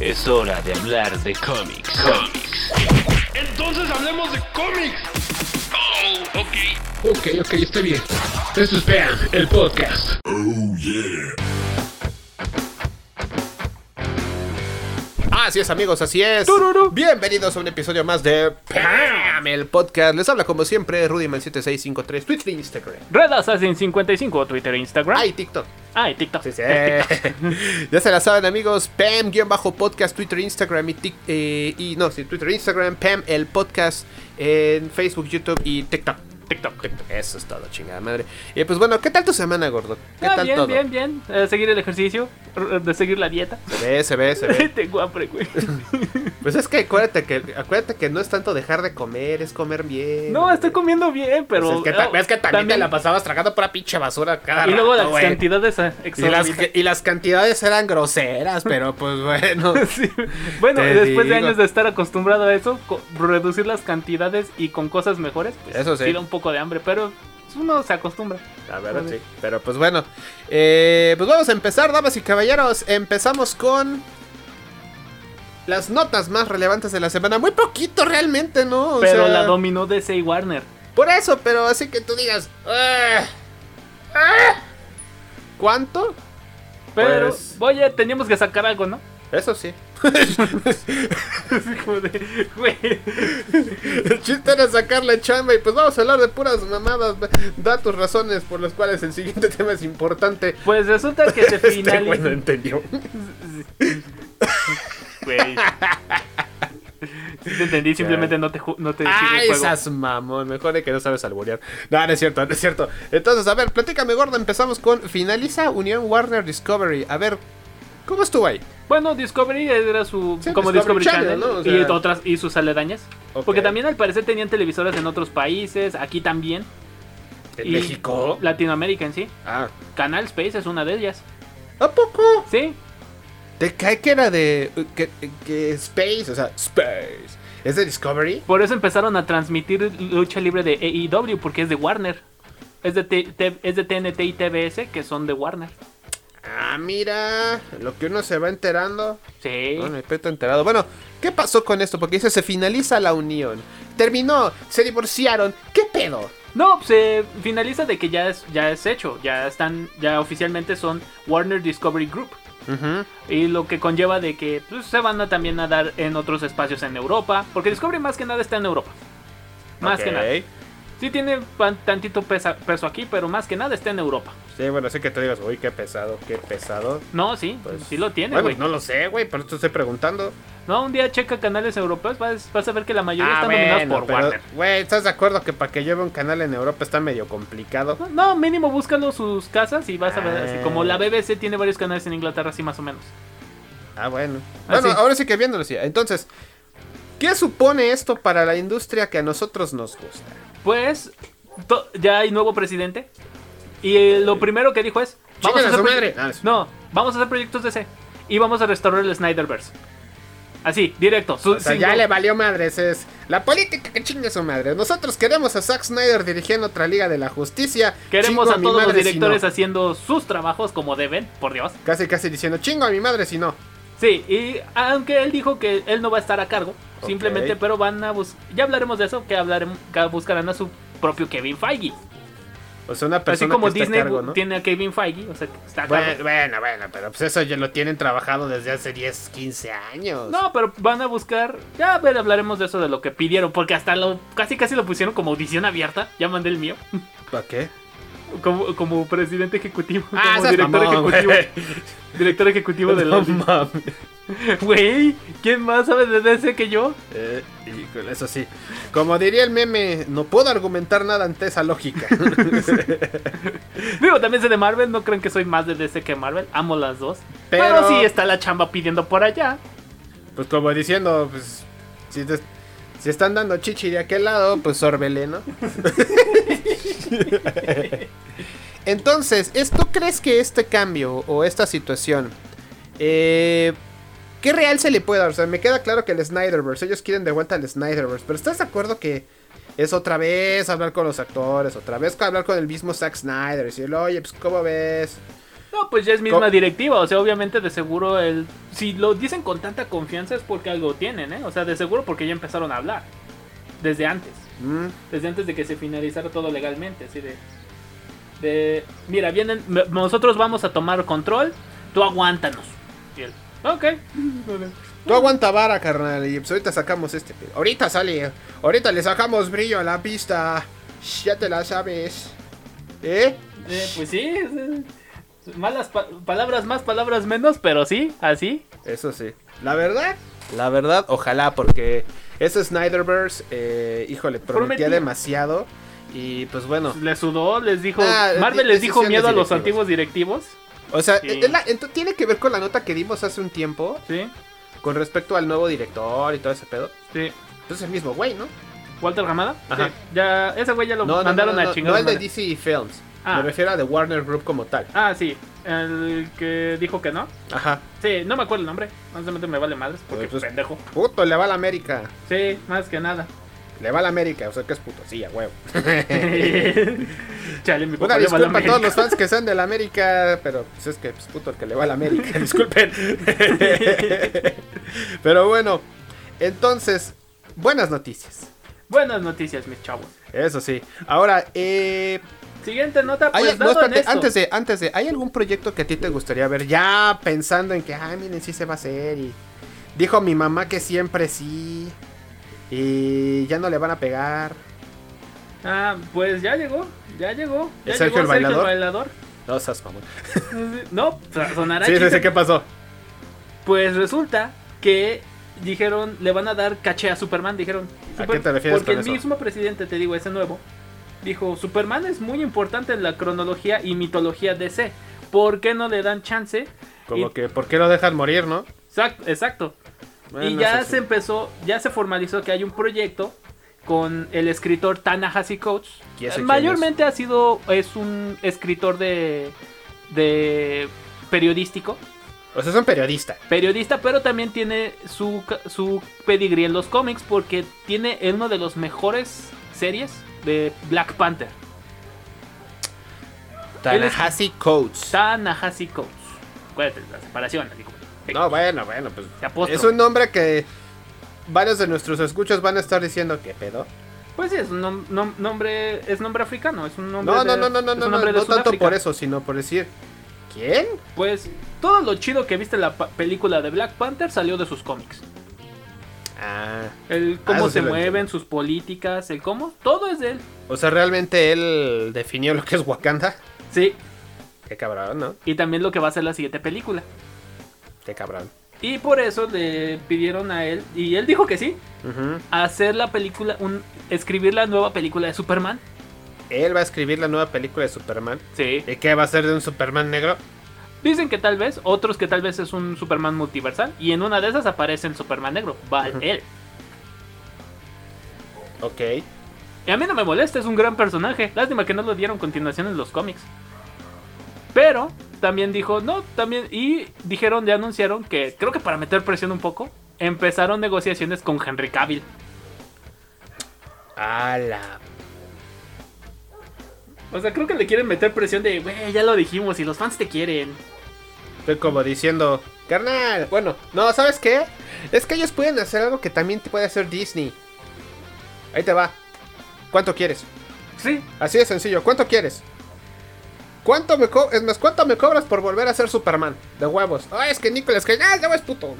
Es hora de hablar de cómics. Entonces hablemos de cómics. Oh, ok. Ok, ok, está bien. Esto es Bam, el podcast. Así es, amigos, así es. Bienvenidos a un episodio más de Pam, el podcast. Les habla como siempre Rudyman7653, Twitter e Instagram. Red Assassin 55, Twitter e Instagram. Ay, TikTok. Ay, TikTok. Sí, sí. TikTok. ya se la saben, amigos. Pam-podcast, Twitter, Instagram y, tic- eh, y no, sí, Twitter, Instagram, Pam, el podcast en Facebook, YouTube y TikTok. TikTok, TikTok. Eso es todo, chingada madre. Y pues bueno, ¿qué tal tu semana, gordo? ¿Qué Ah, tal bien, todo? bien, bien, Eh, seguir el ejercicio, r- de seguir la dieta. Se ve, se ve, se ve. Tengo hambre, güey. Pues es que acuérdate que acuérdate que no es tanto dejar de comer, es comer bien. No, estoy comiendo bien, pero. Pues es, que ta- ah, es que también, te la pasabas tragando pura pinche basura cada Y luego rato, las güey. cantidades eh, y las, exorbitantes. y las cantidades eran groseras, pero pues bueno. Sí. Bueno, Te después de digo. años de estar acostumbrado a eso, co- reducir las cantidades y con cosas mejores, pues Eso sí. da un poco de hambre, pero pues, uno se acostumbra. La verdad, sí. Pero pues bueno. Eh, pues vamos a empezar, damas y caballeros. Empezamos con las notas más relevantes de la semana. Muy poquito realmente, ¿no? O pero sea, la dominó DC Warner. Por eso, pero así que tú digas. "Ah, ah". ¿Cuánto? Pero, Pues- oye, teníamos que sacar algo, ¿no? Eso sí. Así como de, güey. El chiste era sacar la chamba y pues vamos a hablar de puras mamadas. Da tus razones por las cuales el siguiente tema es importante. Pues resulta que se Este güey no finalizó. entendió. Güey. Sí te entendí, simplemente no te, ju- no te sigo Ah, el juego. esas mamón. Mejor es que no sabes alborear. No, no es cierto, no es cierto. Entonces, a ver, platícame, gordo. Empezamos con Finaliza Unión Warner Discovery. A ver, ¿cómo estuvo ahí? Bueno, Discovery era su. Sí, como Discovery Discovery, Channel, Channel. ¿no? O y, sea- otras, y sus aledañas. Ok. Porque también al parecer tenían televisoras en otros países, aquí también. y Latinoamérica en sí. Ah. Canal Space es una de ellas. ¿A poco? Sí, ¿Te cae que era de. que, que Space? O sea, Space. ¿Es de Discovery? por eso empezaron a transmitir lucha libre de AEW, porque es de Warner. Es de, T- T- es de TNT y TBS, que son de Warner. Ah, mira. Lo que uno se va enterando. Sí. No, me peto enterado. Bueno, ¿qué pasó con esto? Porque dice se finaliza la unión. Terminó, se divorciaron. ¿Qué pedo? No, se finaliza de que ya es, ya es hecho, ya están, ya oficialmente son Warner Discovery Group. Y lo que conlleva de que pues, se van a también a dar en otros espacios en Europa, porque Discovery más que nada está en Europa. Más que nada. Sí tiene pan- tantito pesa- peso aquí, pero más que nada está en Europa. Sí, bueno, sé que te digas, uy, qué pesado, qué pesado. No, sí, Pues, sí lo tiene, Bueno, güey. no lo sé, güey, pero te estoy preguntando. no. un día checa canales europeos, vas, vas a ver que la mayoría están dominados por Ah, pero, Warner. Güey, ¿estás de acuerdo que para que lleve un canal en Europa está medio complicado? No, No, mínimo búscalo sus casas y vas a ver, así Ah. como la BBC tiene varios canales en Inglaterra, así más o menos. Ah, bueno. Ah, Bueno, sí. ahora sí que viéndolo, sí. Entonces, ¿qué supone esto para la industria que a nosotros nos gusta? Pues to- ya hay nuevo presidente. Y eh, lo primero que dijo es: Chingan a su proye- madre. Ah, es- No, vamos a hacer proyectos DC. Y vamos a restaurar el Snyderverse. Así, directo. su- O sea, sin ya no- le valió madres, es la política que chingue su madre. Nosotros queremos a Zack Snyder dirigiendo otra Liga de la Justicia. Chingo Queremos a mi todos los madre si directores no. haciendo sus trabajos como deben, por Dios. Casi, casi diciendo, chingo a mi madre si no. Sí, y aunque él dijo que él no va a estar a cargo, Ok. simplemente, pero van a buscar. Ya hablaremos de eso, que, hablaremos, que buscarán a su propio Kevin Feige. O sea, una Así persona como que está Disney a cargo, ¿no? tiene a Kevin Feige, o sea, que está a cargo. Bueno, bueno, bueno, pero pues eso ya lo tienen trabajado desde hace 10, 15 años. No, pero van a buscar. Ya a ver, hablaremos de eso de lo que pidieron. Porque hasta lo. casi casi lo pusieron como audición abierta. Ya mandé el mío. ¿Para qué? como, como presidente ejecutivo, Ah, como seas director mamón, ejecutivo, güey. director ejecutivo de No la mames. Güey, ¿quién más sabe de DC que yo? Eh, híjole, eso sí. Como diría el meme, no puedo argumentar nada ante esa lógica. Digo, también sé de Marvel, no creen que soy más de DC que Marvel, amo las dos. Pero, Pero- sí está la chamba pidiendo por allá. pues como diciendo, pues si, te- si están dando chichi de aquel lado, pues sórbele, ¿no? Entonces, ¿esto crees que este cambio o esta situación, eh, qué real se le puede dar? O sea, me queda claro que el Snyderverse, ellos quieren de vuelta el Snyderverse, pero ¿estás de acuerdo que es otra vez hablar con los actores, otra vez hablar con el mismo Zack Snyder y decirle, oye, pues ¿cómo ves? No, pues ya es misma Co- directiva, o sea, obviamente de seguro el... Si lo dicen con tanta confianza es porque algo tienen, ¿eh? O sea, de seguro porque ya empezaron a hablar. Desde antes. Mm, Desde antes de que se finalizara todo legalmente, así de... de mira, vienen... me- Nosotros vamos a tomar control, tú aguántanos. Y él, ok. eh, Tú aguanta vara, carnal, y pues ahorita sacamos este. pe- Ahorita sale. Ahorita le sacamos brillo a la pista. Sh, Ya te la sabes. ¿Eh? Eh, pues sí, es- es- malas pa- palabras más, palabras menos, pero sí, así. Eso sí. La verdad. La verdad, ojalá, porque ese Snyderverse, eh, híjole, prometía Prometía. demasiado. Y pues bueno. Les sudó, les dijo... Ah, Marvel de- les dijo decisiones miedo a los directivas. antiguos directivos, O sea, Sí. es la- ento- tiene que ver con la nota que dimos hace un tiempo ¿sí? con respecto al nuevo director y todo ese pedo. Sí. Entonces el mismo güey, ¿no? Walter Ramada. Ajá. Sí. Ya, ese güey ya lo mandaron no, a no, chingar. no a el su de madre. DC Films. Ah. Me refiero a The Warner Group como tal. Ah, sí. El que dijo que no. Ajá. Sí, no me acuerdo el nombre. Honestamente me vale madres porque Eh, pues- pendejo. Puto, le va a la América. Sí, más que nada. Le va a la América, o sea que es puto, sí, a huevo. Chale, mi Una papá le va a la disculpa a todos los América. fans que sean de la América, pero pues es que pues, puto el que le va a la América, disculpen. pero bueno, entonces, buenas noticias. Buenas noticias, mis chavos. Eso sí. Ahora, eh, Siguiente nota, hay- pues Ah, no, dado en espérate, esto. antes de, antes de, ¿hay algún proyecto que a ti te gustaría ver ya pensando en que, ay, miren, sí se va a hacer? Y dijo mi mamá que siempre sí. Y ya no le van a pegar. Ah, pues ya llegó, ya llegó. Ya ¿Es Sergio llegó el bailador? bailador. No seas mamón. No, sonará Sí, sí, chiste. sí, ¿qué pasó? Pues resulta que dijeron, le van a dar caché a Superman, dijeron. ¿A qué te refieres Porque con el eso? mismo presidente, te digo, ese nuevo, dijo, Superman es muy importante en la cronología y mitología DC. ¿Por qué no le dan chance? Como Y- que, ¿por qué lo dejan morir, no? Exacto, exacto. y Bueno, ya eso sí. se empezó, ya se formalizó que hay un proyecto con el escritor Tanahasi Coates. ¿Y ese quién Mayormente ha sido, es un escritor de, de periodístico O sea, es un periodista. periodista, pero también tiene su, ca- su pedigrí en los cómics porque tiene uno de los mejores series de Black Panther, Tanahasi Coates. Tanahasi Coates. Acuérdate, la separación, así como- No, bueno, bueno, pues. Te apostro. Es un nombre que varios de nuestros escuchos van a estar diciendo que pedo. Pues sí, es un nom- nom- nombre, es nombre africano, es un nombre No, de- no, no, no, no, es no, un no, nombre de no tanto Sudáfrica. por eso, sino por decir. ¿Quién? Pues todo lo chido que viste en la pa- película de Black Panther salió de sus cómics. Ah. Ah, El eso cómo sí se lo mueven, entiendo. sus políticas, el cómo, todo es de él. O sea, realmente él definió lo que es Wakanda. Sí, Qué cabrón, ¿no? y también lo que va a ser la siguiente película. Qué cabrón. Y por eso le pidieron a él, y él dijo que sí, Ujú. hacer la película, un, escribir la nueva película de Superman. Él va a escribir la nueva película de Superman. Sí. ¿Y qué va a ser de un Superman negro? Dicen que tal vez, otros que tal vez es un Superman multiversal, y en una de esas aparece el Superman negro, va él. Ok. Y a mí no me molesta, es un gran personaje. Lástima que no lo dieron continuación en los cómics. Pero también dijo, no, también, y dijeron, ya anunciaron que, creo que para meter presión un poco, empezaron negociaciones con Henry Cavill. A la O sea, creo que le quieren meter presión de, güey, ya lo dijimos, y los fans te quieren. Estoy como diciendo, carnal, bueno, no, ¿sabes qué? Es que ellos pueden hacer algo que también te puede hacer Disney. Ahí te va. ¿Cuánto quieres? Sí, Así de sencillo, ¿cuánto quieres? ¿Cuánto me co- es más, ¿cuánto me cobras por volver a ser Superman? De huevos. Ah, es que Nicolas Cage, ah, ya es puto.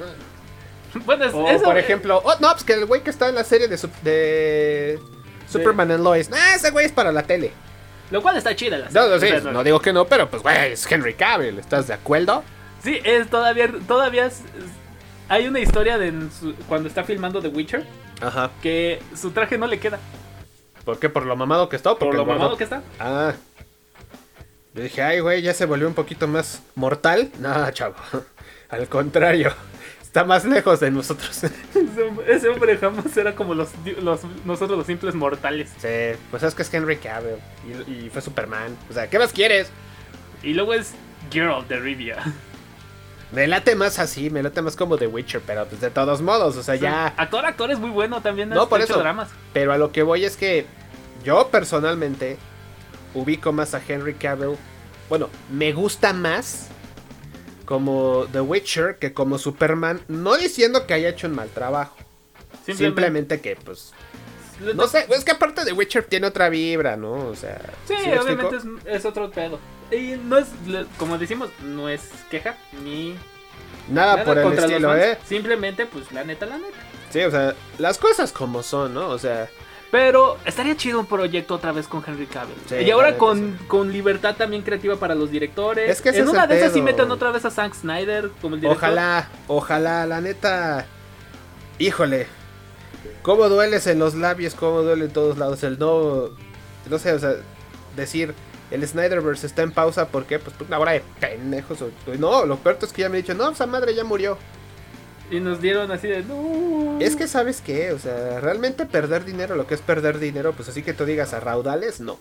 Bueno, es- O, eso- por ejemplo, oh, no, pues que el güey que está en la serie de, sup- de Superman and Lois. Ah, ese güey es para la tele. Lo cual está chida la No, no, o sí, sea, no digo que no, pero pues, güey, es Henry Cavill, ¿estás de acuerdo? Sí, es todavía. Todavía es- es- hay una historia de en su- cuando está filmando The Witcher Ajá. que su traje no le queda. ¿Por qué? ¿Por lo mamado que está? o Por porque lo el gordo? mamado que está. Ah. Yo dije, ay, güey, ya se volvió un poquito más mortal. No, chavo. Al contrario, está más lejos de nosotros. Ese hom- Ese hombre jamás era como los, di- los- nosotros los simples mortales. Sí, pues es que es Henry Cavill y, y fue Superman. O sea, ¿qué más quieres? Y luego es Geralt de Rivia. Me late más así, me late más como The Witcher, pero pues de todos modos, o sea, ya. Actor, actor es muy bueno también. No, ha por hecho eso. dramas. Pero a lo que voy es que yo personalmente ubico más a Henry Cavill. Bueno, me gusta más como The Witcher que como Superman. No diciendo que haya hecho un mal trabajo. Simplemente, que, pues. No sé, es que aparte de Witcher tiene otra vibra, ¿no? O sea. Sí, me obviamente explico? es, es otro pedo. Y no es, le- como decimos, no es queja ni Nada, nada Ah, por el contra los estilo, fans. ¿eh? Simplemente, pues la neta, la neta. Sí, o sea, las cosas como son, ¿no? O sea, Pero estaría chido un proyecto otra vez con Henry Cavill. Sí, y la ahora neta, con, con libertad también creativa para los directores. Es que ese en es una el de esas sí pedo. meten otra vez a Zack Snyder como el director. ojalá, ojalá, la neta. Híjole, cómo dueles en los labios, cómo duele en todos lados. El no, no sé, o sea, decir el Snyderverse está en pausa, ¿por qué? Pues por una hora de pendejos. o- No, lo peor es que ya me he dicho, no, esa madre ya murió. Y nos dieron así de no. Es que sabes qué, o sea, realmente perder dinero, lo que es perder dinero, pues así que tú digas a raudales, no.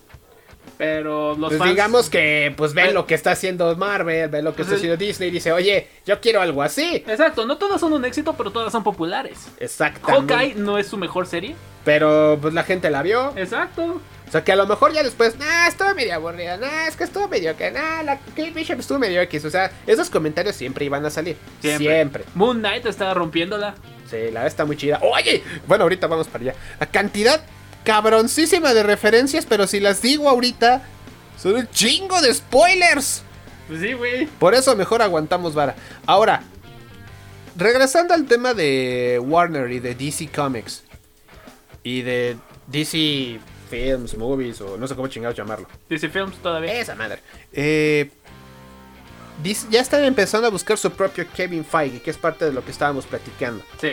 Pero los Pues fans. digamos que, pues ven Eh. lo que está haciendo Marvel, ven lo que está Pues el- haciendo Disney y dice, oye, yo quiero algo así. Exacto, no todas son un éxito, pero todas son populares. Exactamente. Hawkeye no es su mejor serie. Pero pues la gente la vio. Exacto. O sea que a lo mejor ya después, nah, estuvo medio aburrida, nah, es que estuvo medio que, nah, la Kate Bishop estuvo medio X. O sea, esos comentarios siempre iban a salir. Siempre. Moon Knight está rompiéndola. Sí, la verdad está muy chida. Oye, bueno, ahorita vamos para allá. La cantidad cabroncísima de referencias, pero si las digo ahorita, son un chingo de spoilers. Pues sí, güey. Por eso mejor aguantamos vara. Ahora, regresando al tema de Warner y de DC Comics. Y de DC Films, Movies, o no sé cómo chingados llamarlo. Dice Films todavía. Esa madre. Eh, dis- ya están empezando a buscar su propio Kevin Feige, que es parte de lo que estábamos platicando. Sí.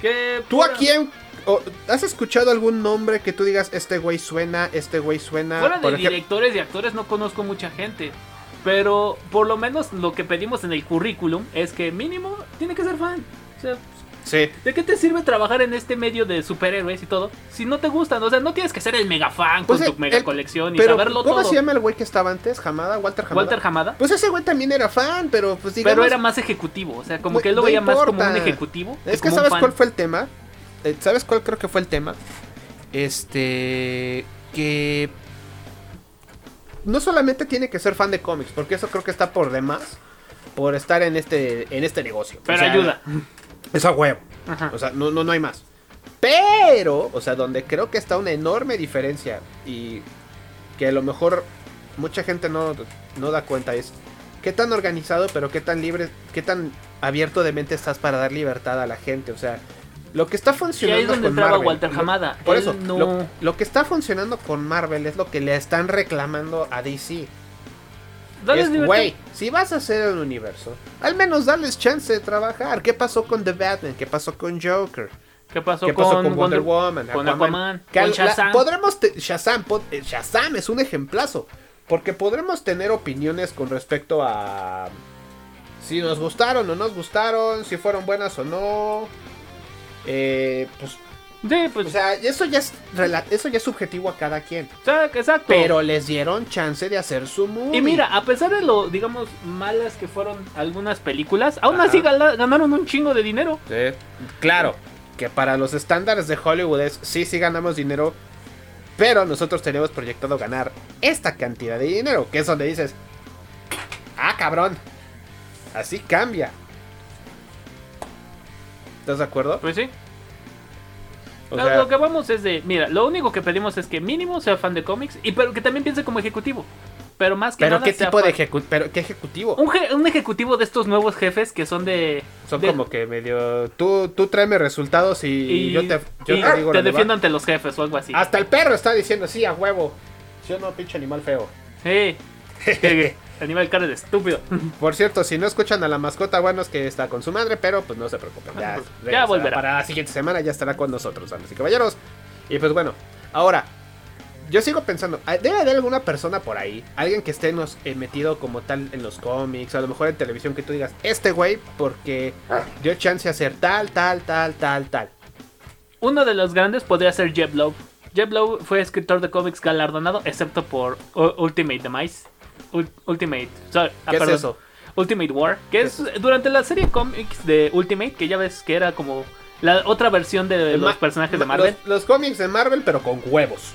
¿Qué ¿Tú fuera- a quién? o- ¿Has escuchado algún nombre que tú digas, este güey suena, este güey suena? Fuera de Por ejem- directores y actores no conozco mucha gente. Pero por lo menos lo que pedimos en el currículum es que mínimo tiene que ser fan. O sea, Sí. ¿de qué te sirve trabajar en este medio de superhéroes y todo? Si no te gustan, o sea, no tienes que ser el mega fan Pues con el- tu mega el- colección y pero, saberlo ¿Cómo todo. se llama el güey que estaba antes? ¿Hamada? ¿Walter Hamada? Walter Hamada. Pues ese güey también era fan, pero pues digamos... Pero era más ejecutivo, o sea, como No- que él lo no veía más como importa. un ejecutivo. Es que como un ¿sabes fan. cuál fue el tema? Eh, ¿Sabes cuál creo que fue el tema? Este... Que... No solamente tiene que ser fan de cómics, porque eso creo que está por demás, por estar en este, en este negocio. O Pero sea, ayuda. Es a huevo. Ajá. O sea, no, no, no hay más. Pero, o sea, donde creo que está una enorme diferencia y que a lo mejor mucha gente no, no da cuenta es qué tan organizado, pero qué tan libre, qué tan abierto de mente estás para dar libertad a la gente. O sea, lo que está Y ahí funcionando es donde con entraba Marvel, Walter lo- Hamada. por Él eso, no. lo, lo que está funcionando con Marvel es lo que le están reclamando a DC. Dale Es, libertad. Güey, si vas a hacer el universo, al menos dales chance de trabajar. ¿Qué pasó con The Batman? ¿Qué pasó con Joker? ¿Qué pasó, ¿Qué pasó con, Wonder, Wonder- Woman? Con Aquaman? Aquaman, Que con la- Shazam. podremos te- Shazam, pod- eh, Shazam es un ejemplazo. Porque podremos tener opiniones con respecto a um, si nos gustaron o no nos gustaron, si fueron buenas o no. Eh, pues, Sí, pues, o sea, eso ya, es, rela- eso ya es subjetivo a cada quien. exacto. Pero les dieron chance de hacer su movie. Y mira, a pesar de lo, digamos, malas que fueron algunas películas, aún Ajá. así gala- ganaron un chingo de dinero. Sí, Claro, que para los estándares de Hollywood es sí, sí ganamos dinero, pero nosotros teníamos proyectado ganar esta cantidad de dinero, que es donde dices, ah, cabrón, así cambia. ¿Estás de acuerdo? Pues sí. O Lo- sea, lo que vamos es de, mira, lo único que pedimos es que mínimo sea fan de cómics y pero que también piense como ejecutivo. Pero más que pero nada qué sea tipo de fan. ejecu- pero qué ejecutivo. un, je- un ejecutivo de estos nuevos jefes que son de Son de- como que medio, tú, tú tráeme resultados y, yo te, yo y te digo... Ah. dónde va. defiendo ante los jefes o algo así. Hasta el perro está diciendo, sí, a huevo. ¿Sí o no, pinche animal feo? Sí. Animal cara de estúpido. Por cierto, si no escuchan a la mascota, bueno, es que está con su madre, pero pues no se preocupen. Ya, Ya regresará volverá. Para la siguiente semana ya estará con nosotros, damas y caballeros. Y pues bueno, ahora, yo sigo pensando, ah, debe haber alguna persona por ahí, alguien que esté nos- eh, metido como tal en los cómics, a lo mejor en televisión, que tú digas, este güey, porque dio chance a hacer tal, tal, tal, tal, tal. Uno de los grandes podría ser Jeb Lowe. Jeb Lowe fue escritor de cómics galardonado, excepto por U- Ultimate Demise. Ul- Ultimate. sorry, ah, ¿Qué es perdón. eso? Ultimate War, que es durante la serie cómics de Ultimate, que ya ves que era como la otra versión de los Ma- personajes de ma- Marvel. Los, los cómics de Marvel, pero con huevos.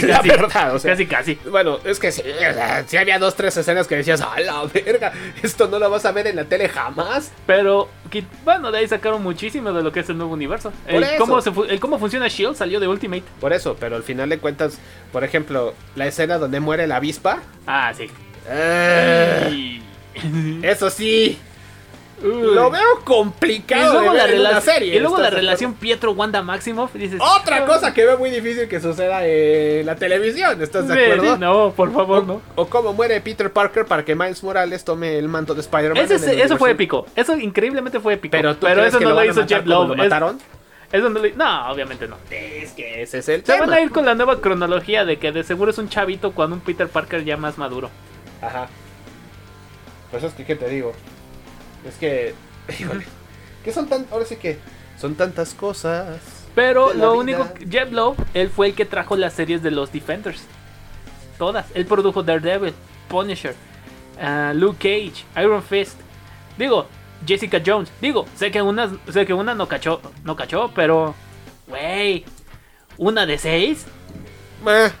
La casi. verdad, o sea. Casi, casi. Bueno, es que sí, o sea, sí había dos, tres escenas que decías, a la verga, esto no lo vas a ver en la tele jamás. Pero, qui- bueno, de ahí sacaron muchísimo de lo que es el nuevo universo. Por El eso. cómo, se fu- el cómo funciona Shield E salió de Ultimate. Por eso, pero al final de cuentas, por ejemplo, la escena donde muere la avispa. Ah, sí. eh, Y- eso sí, Uy. lo veo Y complicado. luego de la, ver en una relación- serie, y luego la ¿estás de relación Pietro-Wanda Maximoff. Dices, acuerdo? Otra cosa que veo muy difícil que suceda en la televisión, ¿estás de Sí, acuerdo? Oh, sí, No, por favor, no. O cómo muere Peter Parker para que Miles Morales tome el manto de Spider-Man. Ese, en el es- eso fue universo. épico. Eso increíblemente fue épico. Pero, tú crees eso que no lo van a hizo matar Jeff como Lowe. ¿Lo Es- mataron? eso no, lo hi- no, obviamente no. Es que ese es el Se tema. van a ir con la nueva cronología de que de seguro es un chavito cuando un Peter Parker ya más maduro. Ajá. Pues es que, ¿qué te digo? Es que, híjole, que son tan, ahora sí que son tantas cosas. Pero de la lo vida. único, que- Jeff Lowe, él fue el que trajo las series de los Defenders. Todas. Él produjo Daredevil, Punisher, ah, Luke Cage, Iron Fist. Digo, Jessica Jones. Digo, sé que una, sé que una no cachó, no cachó, pero, wey, una de seis.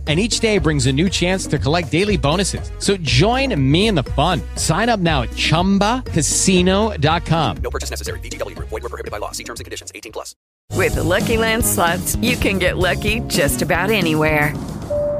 And each day brings a new chance to collect daily bonuses. So join me in the fun. Sign up now at chumbacasino.com. No purchase necessary. VGW Group. Void were prohibited by law. See terms and conditions. 18 plus. With the Lucky Land slots, you can get lucky just about anywhere.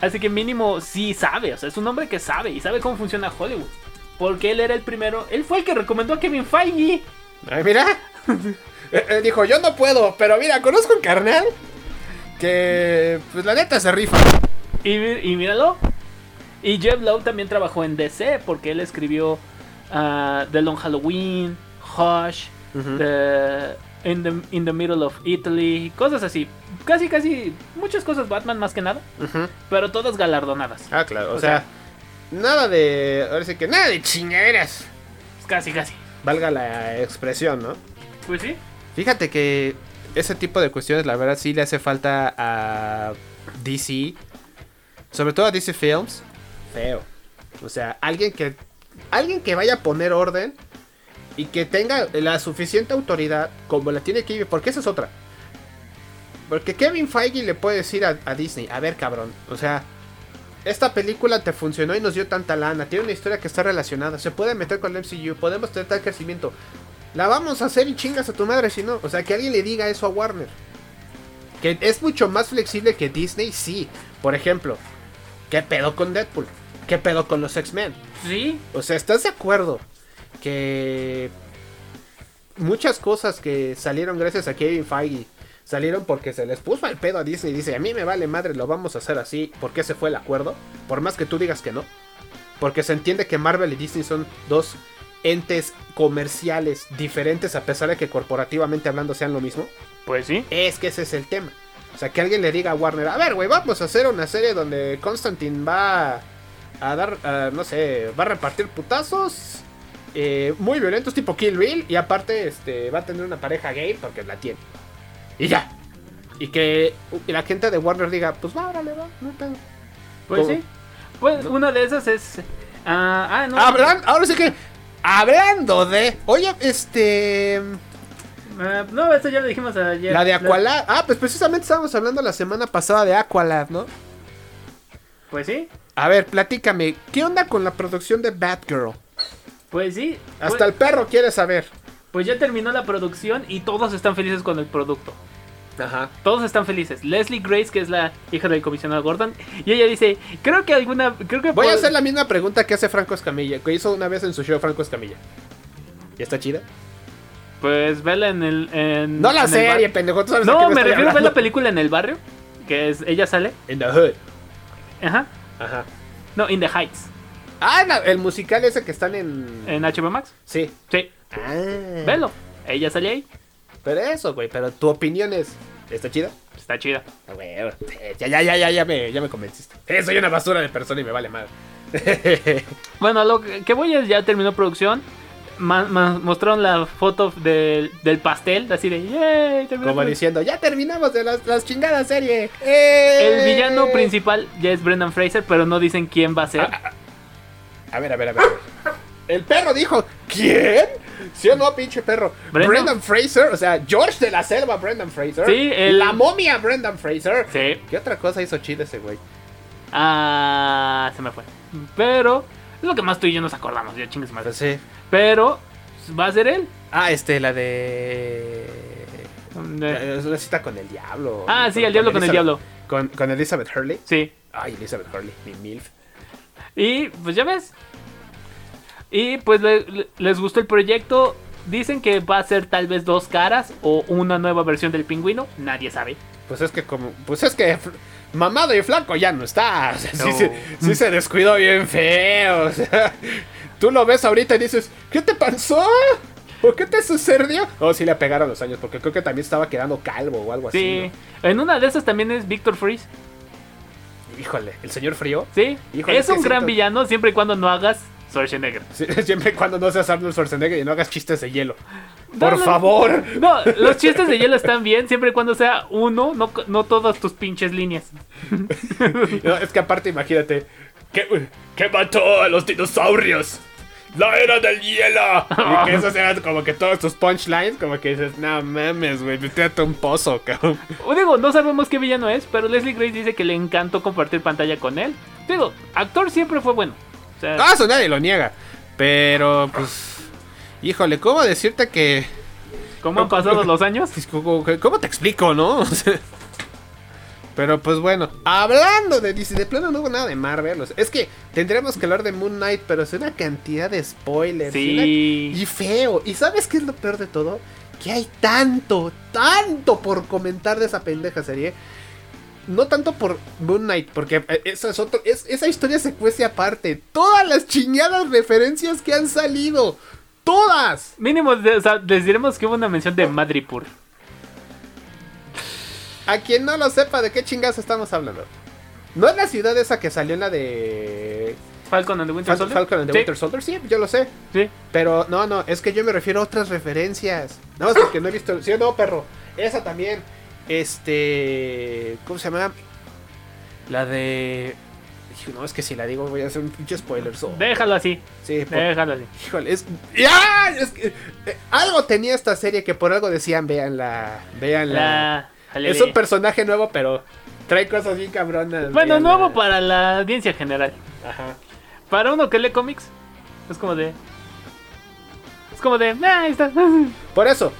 Así que mínimo sí sabe, o sea, es un hombre que sabe y sabe cómo funciona Hollywood. Porque él era el primero, él fue el que recomendó a Kevin Feige. Ay, mira. Eh, eh, Dijo, yo no puedo, pero mira, conozco un carnal que, pues la neta se rifa. Y, mi- y míralo. Y Jeff Lowe también trabajó en DC porque él escribió ah, The Long Halloween, Hush, The- in, the, in the Middle of Italy, cosas así. Casi, casi, muchas cosas Batman más que nada, pero todas galardonadas. Ah, claro, o, O sea, sea, nada de, ahora sí que nada de chingaderas. Casi, casi. Valga la expresión, ¿no? Pues sí. Fíjate que ese tipo de cuestiones, la verdad, sí le hace falta a DC. Sobre todo a DC Films. Feo. O sea, alguien que. Alguien que vaya a poner orden. Y que tenga la suficiente autoridad como la tiene Kevin. Porque esa es otra. Porque Kevin Feige le puede decir a, a Disney, a ver cabrón, o sea, esta película te funcionó y nos dio tanta lana, tiene una historia que está relacionada, se puede meter con el MCU, podemos tener tal crecimiento, la vamos a hacer y chingas a tu madre si no. O sea, que alguien le diga eso a Warner. Que es mucho más flexible que Disney, sí. Por ejemplo, ¿qué pedo con Deadpool? ¿Qué pedo con los X-Men? Sí, O sea, ¿estás de acuerdo que muchas cosas que salieron gracias a Kevin Feige salieron porque se les puso el pedo a Disney y dice, a mí me vale madre, lo vamos a hacer así, porque ese fue el acuerdo, por más que tú digas que no. Porque se entiende que Marvel y Disney son dos entes comerciales diferentes a pesar de que corporativamente hablando sean lo mismo. pues sí. Es que ese es el tema. O sea, que alguien le diga a Warner, a ver, güey, vamos a hacer una serie donde Constantine va a dar, a, no sé, va a repartir putazos eh, muy violentos tipo Kill Bill y aparte este, va a tener una pareja gay porque la tiene. Y ya. Y que y la gente de Warner diga, pues va, órale, va, no hay pedo. Pues ¿Cómo? sí. Pues una de esas es. ah, ah, no. Hablan- ahora sí que, hablando de, oye, este, Ah, no, eso ya lo dijimos ayer. la de Aqualad. Ah, pues precisamente estábamos hablando la semana pasada de Aqualad, ¿no? Pues sí. A ver, platícame, ¿qué onda con la producción de Batgirl? Pues sí. Hasta pues- el perro quiere saber. Pues ya terminó la producción y todos están felices con el producto. Ajá. Todos están felices. Leslie Grace, que es la hija del comisionado Gordon, y ella dice, creo que alguna... Creo que Voy a pod- hacer la misma pregunta que hace Franco Escamilla, que hizo una vez en su show Franco Escamilla. ¿Y está chida? Pues vela en el... en- No la Mm, en el serie, bar- pendejo. ¿tú sabes de qué No, me estoy refiero a ver la hablando? película en el barrio, que es... Ella sale. In the Hood. Ajá. Ajá. No, In the Heights, Ah, la- el musical ese que están en. en HBO Max. Sí. Sí, Ah. velo. Ella sale ahí. Pero eso, güey. Pero tu opinión es. ¿Está chida? Está chida. Ah, güey, eh, Ya, ya, ya, ya, ya me, ya me convenciste. Eh, soy una basura de persona y me vale mal. Bueno, a lo que que voy es ya terminó producción. Ma- ma- mostraron la foto del, del pastel, así de... ¡Yay! Terminó Como producción". diciendo, ya terminamos de las, las chingadas serie. ¡Eh! El villano principal ya es Brendan Fraser, pero no dicen quién va a ser. A ver, a ver, a ver. a ver. El perro dijo, ¿quién? ¿Sí o no, pinche perro? Brendan- Brendan, Fraser, o sea, George de la Selva, Brendan Fraser. Sí, el- La momia, Brendan Fraser. Sí. ¿Qué otra cosa hizo chida ese güey? Ah, se me fue. Pero es lo que más tú y yo nos acordamos, ya chingues madre. sí. Pero va a ser él. Ah, este, la de... De- Es una cita con el diablo. Ah, sí, el diablo con el Elizabeth- diablo. Con, con Elizabeth Hurley. Sí. Ay, Elizabeth Hurley, mi MILF. Y pues ya ves. Y pues le- le- les gustó el proyecto. Dicen que va a ser tal vez dos caras o una nueva versión del pingüino. Nadie sabe. Pues es que como... Pues es que... fl- Mamado y flaco ya no está. O sea, sí No. se- sí se descuidó bien feo. o sea, tú lo ves ahorita y dices, ¿qué te pasó? ¿O qué te sucedió? Oh, sí le pegaron los años, porque creo que también estaba quedando calvo o algo Sí. así. En una de esas también es Victor Freeze. ¿no? Híjole, ¿el señor frío? Sí. Híjole, es un que gran siento- villano siempre y cuando no hagas Schwarzenegger. Sí, siempre y cuando no seas Arnold Schwarzenegger y no hagas chistes de hielo. No, Por no, favor. No, los chistes de hielo están bien siempre y cuando sea uno, no, no todas tus pinches líneas. No, es que aparte, imagínate. ¿Qué, qué mató a los dinosaurios? ¡La era del hielo! Y que esos eran como que todos tus punchlines, como que dices, no mames, güey, metete un pozo, cabrón. O digo, no sabemos qué villano es, pero Leslie Grace dice que le encantó compartir pantalla con él. Digo, actor siempre fue bueno. O sea, Ah, eso nadie lo niega. Pero, pues. Híjole, ¿cómo decirte que.? ¿cómo han pasado los años? pues, ¿Cómo cómo te explico, no? O sea, Pero pues bueno, hablando de DC, de plano no hubo nada de Marvel. o sea, es que tendríamos que hablar de Moon Knight, pero es una cantidad de spoilers. y una- Sí. y feo. ¿Y sabes qué es lo peor de todo? Que hay tanto, tanto por comentar de esa pendeja serie. No tanto por Moon Knight, porque eh, esa, es otro, es- esa historia se cuece aparte. Todas las chingadas referencias que han salido. Todas. Mínimo, de- o sea, les diremos que hubo una mención de Madripur. A quien no lo sepa de qué chingadas estamos hablando. No es la ciudad esa que salió en la de Falcon and the Winter Fal- Soldier. Falcon and the Sí, Winter Soldier. Sí, yo lo sé. sí. Pero no, no, es que yo me refiero a otras referencias. Nada más porque no he visto. Sí, o no, perro. Esa también. Este. ¿Cómo se llama? La de. Hijo, No, es que si la digo voy a hacer un pinche spoiler. so- Déjalo así. Sí, por- Déjalo así. híjole, es. ¡Ya! Es que, eh, algo tenía esta serie que por algo decían, véanla. Véanla. La... Es un personaje nuevo, pero trae cosas bien cabronas. Bueno, véanla. nuevo para la audiencia general. Ajá. Para uno que lee cómics, es como de. Es como de. Ah, ahí está. Por eso.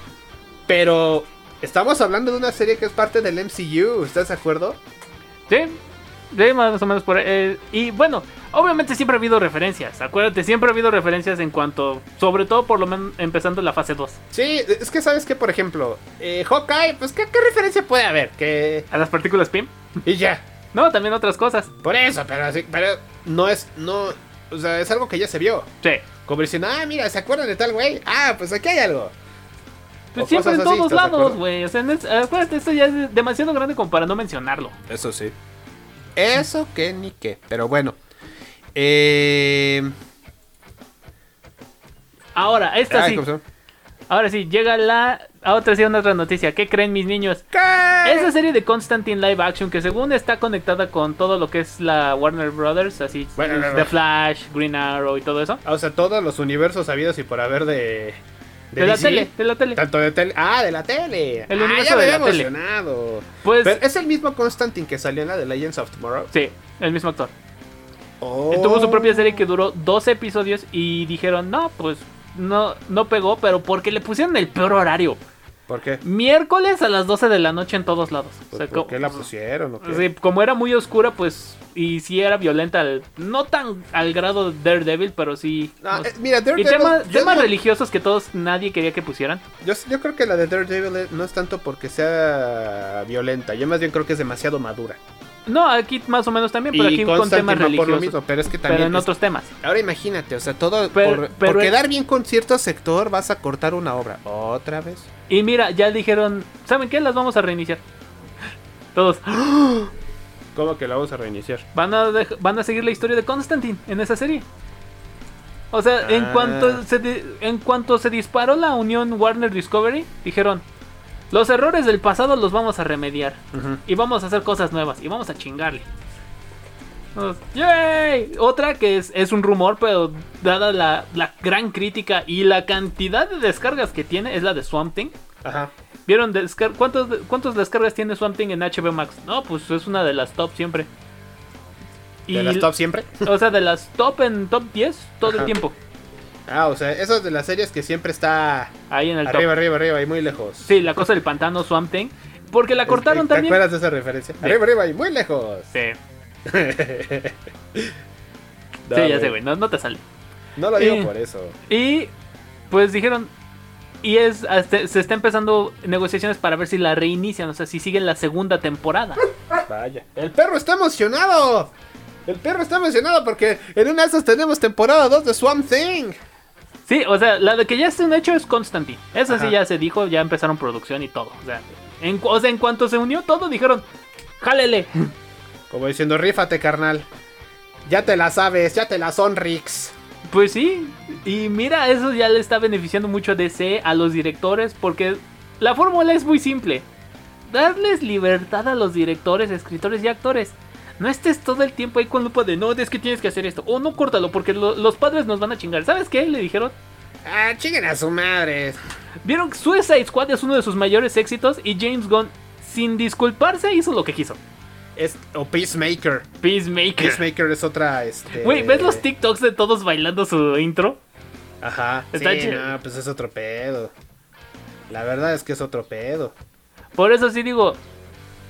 Pero. Estamos hablando de una serie que es parte del MCU, ¿estás de acuerdo? Sí, sí, más o menos por ahí. Eh, y bueno, obviamente siempre ha habido referencias. Acuérdate, siempre ha habido referencias en cuanto. Sobre todo, por lo menos empezando la fase 2. Sí, es que sabes que, por ejemplo, eh, Hawkeye, pues ¿qué, qué referencia puede haber? Que. A las partículas PIM. Y ya. No, también otras cosas. Por eso, pero así, pero no es, no. O sea, es algo que ya se vio. Sí. Como diciendo, ah, mira, ¿se acuerdan de tal güey? Ah, pues aquí hay algo. Pues O siempre cosas en así, todos ¿estás de lados, acuerdo? güey. O sea, en es- acuérdate, esto ya es demasiado grande como para no mencionarlo. Eso sí. Eso que ni qué. Pero bueno. Eh, Ahora, esta Ay, sí. ¿cómo se llama? Ahora sí, llega la a otra sí, una otra noticia. ¿Qué creen mis niños? Esa serie de Constantine live action que según está conectada con todo lo que es la Warner Brothers, así Bueno, no, no. The Flash, Green Arrow y todo eso. Ah, O sea, todos los universos sabidos y por haber de. De la DC. tele, de la tele. Tanto de tele. Ah, de la tele. El ah, universo ya me de había la tele. emocionado. Pues- Pero es el mismo Constantine que salió en la de Legends of Tomorrow. Sí, el mismo actor. Oh. Él Tuvo su propia serie que duró 12 episodios y dijeron, "No, pues no no pegó, pero porque le pusieron el peor horario. ¿Por qué? Miércoles a las 12 de la noche en todos lados." O sea, Pues, ¿Por co- qué la pusieron? o qué? Sí, como era muy oscura, pues. Y sí era violenta. al- no tan al grado de Daredevil, pero sí. Ah, no eh, sé. mira, y Daredevil. temas, yo, temas no- religiosos que todos nadie quería que pusieran. yo- yo creo que la de Daredevil es- no es tanto porque sea violenta. Yo más bien creo que es demasiado madura. No, aquí más o menos también, pero aquí con Constantine temas va por lo religiosos. mismo, pero es que pero también. en es- otros temas. Ahora imagínate, o sea, todo. Pero- por, pero por es- quedar bien con cierto sector vas a cortar una obra. ¿Otra vez? Y mira, ya dijeron, ¿saben qué? Las vamos a reiniciar. Todos ¿Cómo que la vamos a reiniciar? van a, dej- van a seguir la historia de Constantine en esa serie. O sea, en, Ah. cuanto se di- en cuanto se disparó la unión Warner Discovery, dijeron, los errores del pasado los vamos a remediar. Y vamos a hacer cosas nuevas. Y vamos a chingarle. Vamos, ¡Yay! Otra que es, es un rumor, pero dada la, la gran crítica y la cantidad de descargas que tiene, es la de Swamp Thing. Ajá. ¿Vieron descar- cuántos, cuántos descargas tiene Swamp Thing en HBO Max? No, pues es una de las top siempre. ¿De las top siempre? O sea, de las top en top 10 todo Ajá. el tiempo. Ah, o sea, esas de las series que siempre está Ahí en el arriba, top. arriba, arriba y muy lejos. Sí, la cosa del pantano Swamp Thing. Porque la Es- cortaron ¿Te también. acuerdas de esa referencia? Arriba, arriba y muy lejos. Sí. No, sí, ya güey. sé, güey. No, no te sale. No lo digo Eh. por eso. Y pues dijeron. Y es hasta- se está empezando negociaciones para ver si la reinician. O sea, si siguen la segunda temporada. Vaya. El perro está emocionado. El perro está emocionado porque en una de esas tenemos temporada 2 de Swamp Thing. Sí, o sea, la de que ya está en hecho es Constantine. Eso Ajá. sí ya se dijo, ya empezaron producción y todo. O sea, en, cu- o sea, en cuanto se unió todo, dijeron, jálele. Como diciendo, rífate, carnal. Ya te la sabes, ya te la son, Rix. Pues sí, y mira, eso ya le está beneficiando mucho a DC, a los directores, porque la fórmula es muy simple. Darles libertad a los directores, escritores y actores. No estés todo el tiempo ahí con lupa de no, es que tienes que hacer esto. O no córtalo, porque lo- los padres nos van a chingar. ¿Sabes qué? Le dijeron, Ah, chinguen a su madre. Vieron que Suicide Squad es uno de sus mayores éxitos y James Gunn, sin disculparse, hizo lo que quiso. Es, o Peacemaker. Peacemaker. Peacemaker es otra, este... Güey, ¿ves los TikToks de todos bailando su intro? Ajá. Está sí, chido. no, pues es otro pedo. La verdad es que es otro pedo. Por eso sí digo,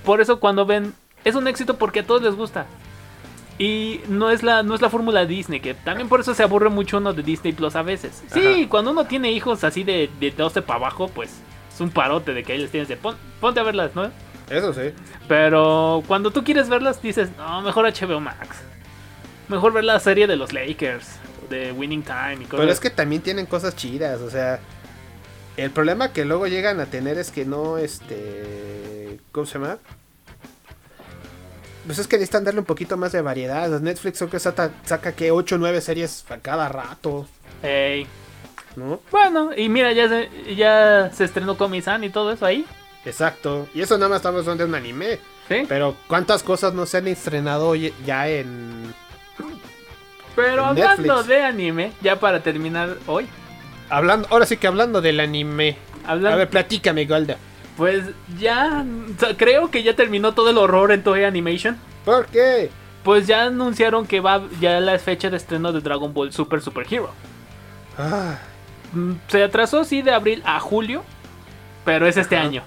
por eso cuando ven, es un éxito porque a todos les gusta. Y no es la, no es la fórmula Disney, que también por eso se aburre mucho uno de Disney Plus a veces. Sí, cuando uno tiene hijos así de, de 12 para abajo, pues es un parote de que ahí les tienes de "Pon- ponte a verlas, ¿no? Eso sí. Pero cuando tú quieres verlas, dices, no, mejor HBO Max. Mejor ver la serie de los Lakers, de Winning Time y cosas. Pero es que también tienen cosas chidas, o sea. El problema que luego llegan a tener es que no, este. ¿Cómo se llama? Pues es que necesitan darle un poquito más de variedad. Netflix creo que saca, saca que 8 o 9 series a cada rato, Ey. ¿no? Bueno, y mira, ya se, ya se estrenó Comisan y todo eso ahí. Exacto. Y eso nada más estamos hablando de un anime. Sí. Pero, Pero ¿cuántas cosas no se han estrenado hoy ya en... hablando Netflix. de anime, ya para terminar hoy. Hablando, ahora sí que hablando del anime. Hablan- A ver, platícame, Golda. Pues ya, o sea, creo que ya terminó todo el horror en Toei Animation. ¿Por qué? Pues ya anunciaron que va ya la fecha de estreno de Dragon Ball Super Super Hero. Ah, Mm, Se atrasó, sí, de abril a julio. Pero es este año.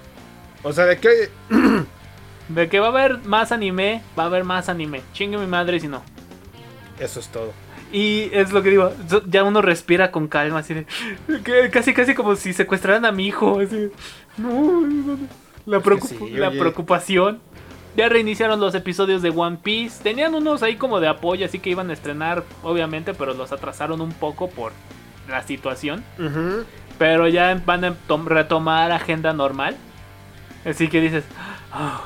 o sea, ¿de qué? De que va a haber más anime, va a haber más anime. Chingue mi madre si no. Eso es todo. Y es lo que digo, so- ya uno respira con calma, así de. que casi, casi como si secuestraran a mi hijo. Así de, no, no, no. la, preocup- sí, la oye. preocupación. Ya reiniciaron los episodios de One Piece. Tenían unos ahí como de apoyo, así que iban a estrenar, obviamente, pero los atrasaron un poco por la situación. Ujú. Pero ya van a em- tom- retomar agenda normal. Así que dices, "Ah,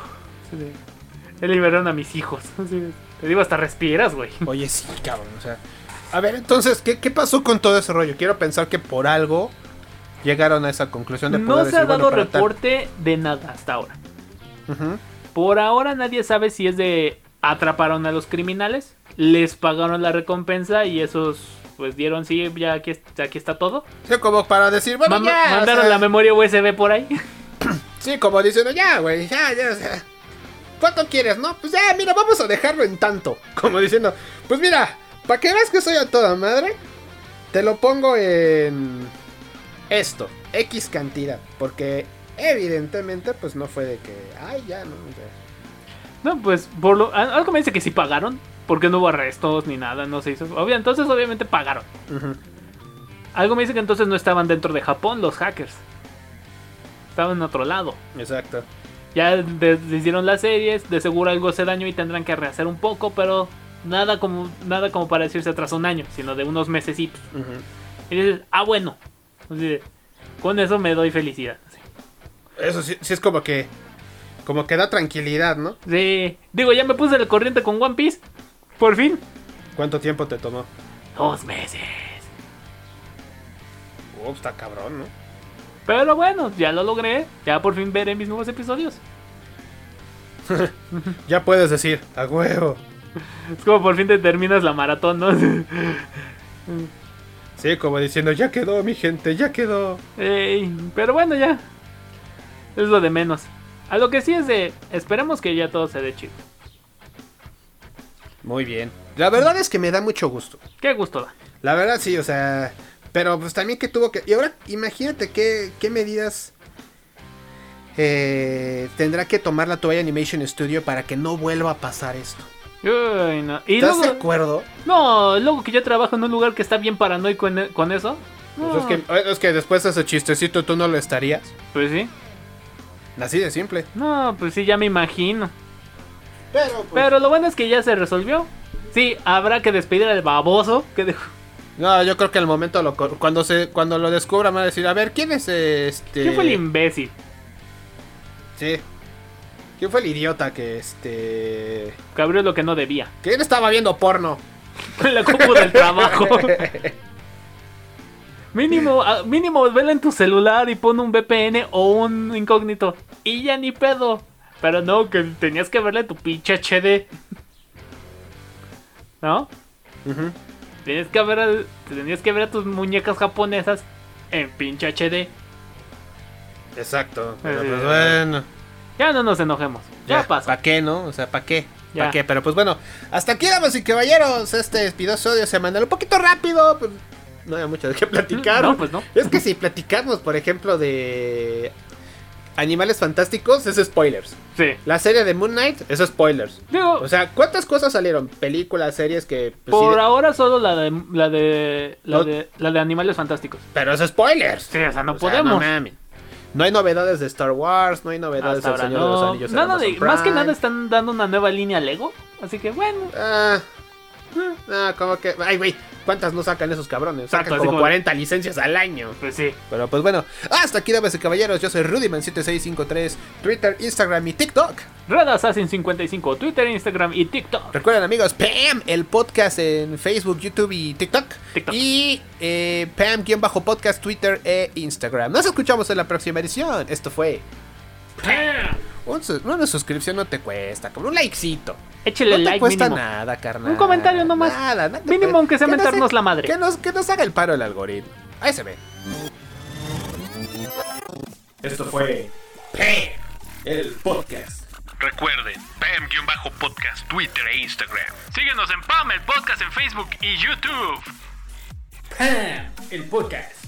así de, ya liberaron a mis hijos. así de, te digo, hasta respiras, güey. Oye, sí, cabrón, o sea. A ver, entonces, ¿qué, qué pasó con todo ese rollo? Quiero pensar que por algo llegaron a esa conclusión de No poder se ha decir, bueno, dado para tal- reporte de nada hasta ahora. Por ahora nadie sabe si es de atraparon a los criminales, les pagaron la recompensa y esos pues dieron sí, ya aquí, es- aquí está todo. Sí, como para decir, bueno, Mama- ya, o mandaron sea, la memoria USB por ahí. Sí, como diciendo, ya, güey, ya, ya, o sea, ¿Cuánto quieres, no? Pues ya, mira, vamos a dejarlo en tanto. Como diciendo, pues mira, para que veas que soy a toda madre, te lo pongo en esto, X cantidad. Porque evidentemente, pues no fue de que, ay, ya, no, ya. No, pues por lo, al- algo me dice que sí pagaron, porque no hubo arrestos ni nada, no se hizo. Obvia- entonces obviamente pagaron. Algo me dice que entonces no estaban dentro de Japón los hackers. Estaban en otro lado. Exacto. Ya de- hicieron las series, de seguro algo se dañó y tendrán que rehacer un poco, pero nada como nada como para decirse tras un año, sino de unos meses y dices, ah bueno. Así de, con eso me doy felicidad. Así. Eso sí, sí es como que, como que da tranquilidad, ¿no? Sí. Digo, ya me puse el corriente con One Piece. Por fin. ¿Cuánto tiempo te tomó? Dos meses. Oh, está cabrón, ¿no? Pero bueno, ya lo logré. Ya por fin veré mis nuevos episodios. Ya puedes decir, a huevo. Es como por fin te terminas la maratón, ¿no? Sí, como diciendo, ya quedó, mi gente, ya quedó. Ey, pero bueno, ya. Es lo de menos. A lo que sí es de. Esperemos que ya todo se dé chido. Muy bien. La verdad es que me da mucho gusto. Qué gusto da. La verdad sí, o sea, pero pues también que tuvo que... Y ahora imagínate qué, qué medidas eh, tendrá que tomar la Toei Animation Studio para que no vuelva a pasar esto. Uy, no. Y ¿Estás de luego, acuerdo? no, luego que yo trabajo en un lugar que está bien paranoico en- e, con eso. Pues es, que, es que después de ese chistecito tú no lo estarías. Pues sí. Así de simple. No, pues sí, ya me imagino. Pero, Pero lo bueno es que ya se resolvió. Sí, habrá que despedir al baboso que dejó. No, yo creo que al momento lo co- cuando se cuando lo descubra me va a decir, a ver, ¿quién es eh, este? ¿Quién fue el imbécil? Sí. ¿Quién fue el idiota que este? Que abrió lo que no debía. ¿Quién estaba viendo porno? la compu del trabajo. mínimo, ah, mínimo, vela en tu celular y pon un VPN o un incógnito. Y ya ni pedo. Pero no, que tenías que verle tu pinche HD. ¿No? Tenías que ver al- tenías que ver a tus muñecas japonesas en pinche HD. Exacto. Pero Eh, pues bueno. Ya no nos enojemos. Ya, pasó. ¿Para qué, no? O sea, ¿para qué? Ya. ¿Para qué? Pero pues bueno, hasta aquí, damas y caballeros, este episodio semanal. Un poquito rápido, pues, no había mucho de qué platicar. No, pues no. Es que si platicamos, por ejemplo, de Animales Fantásticos, es spoilers. Sí. La serie de Moon Knight es spoilers. Digo, O sea, ¿cuántas cosas salieron? Películas, series que... pues, por sí, ahora solo la de la de la, No. de la de animales fantásticos. Pero es spoilers. Sí, o sea, no O sea, podemos. no mames. No hay novedades de Star Wars, no hay novedades Hasta del ahora Señor no. de los Anillos. en Nada de- Amazon más que Prime. nada están dando una nueva línea Lego. Así que bueno. Ah, ah, como que. Ay, güey, ¿cuántas no sacan esos cabrones? Exacto, Sacan así como como- 40 licencias al año. Pues sí. Pero pues bueno, hasta aquí, damas y caballeros. Yo soy Rudyman7653, Twitter, Instagram y TikTok. Red Assassin 55, Twitter, Instagram y TikTok. Recuerden, amigos, Pam, el podcast en Facebook, YouTube y TikTok. TikTok. Y eh, Pam-podcast, Twitter e Instagram. Nos escuchamos en la próxima edición. Esto fue. Un su- una suscripción no te cuesta, como un likecito. Échele no te like cuesta mínimo. nada, carnal. Un comentario nomás. Nada, no te Mínimo cuesta. aunque sea Que nos- mentarnos la madre. Que nos, que nos haga el paro el algoritmo. Ahí se ve. Esto fue P, el podcast. Recuerden, PAM-podcast, Twitter e Instagram. Síguenos en PAM, el podcast en Facebook y YouTube. Pam, el podcast.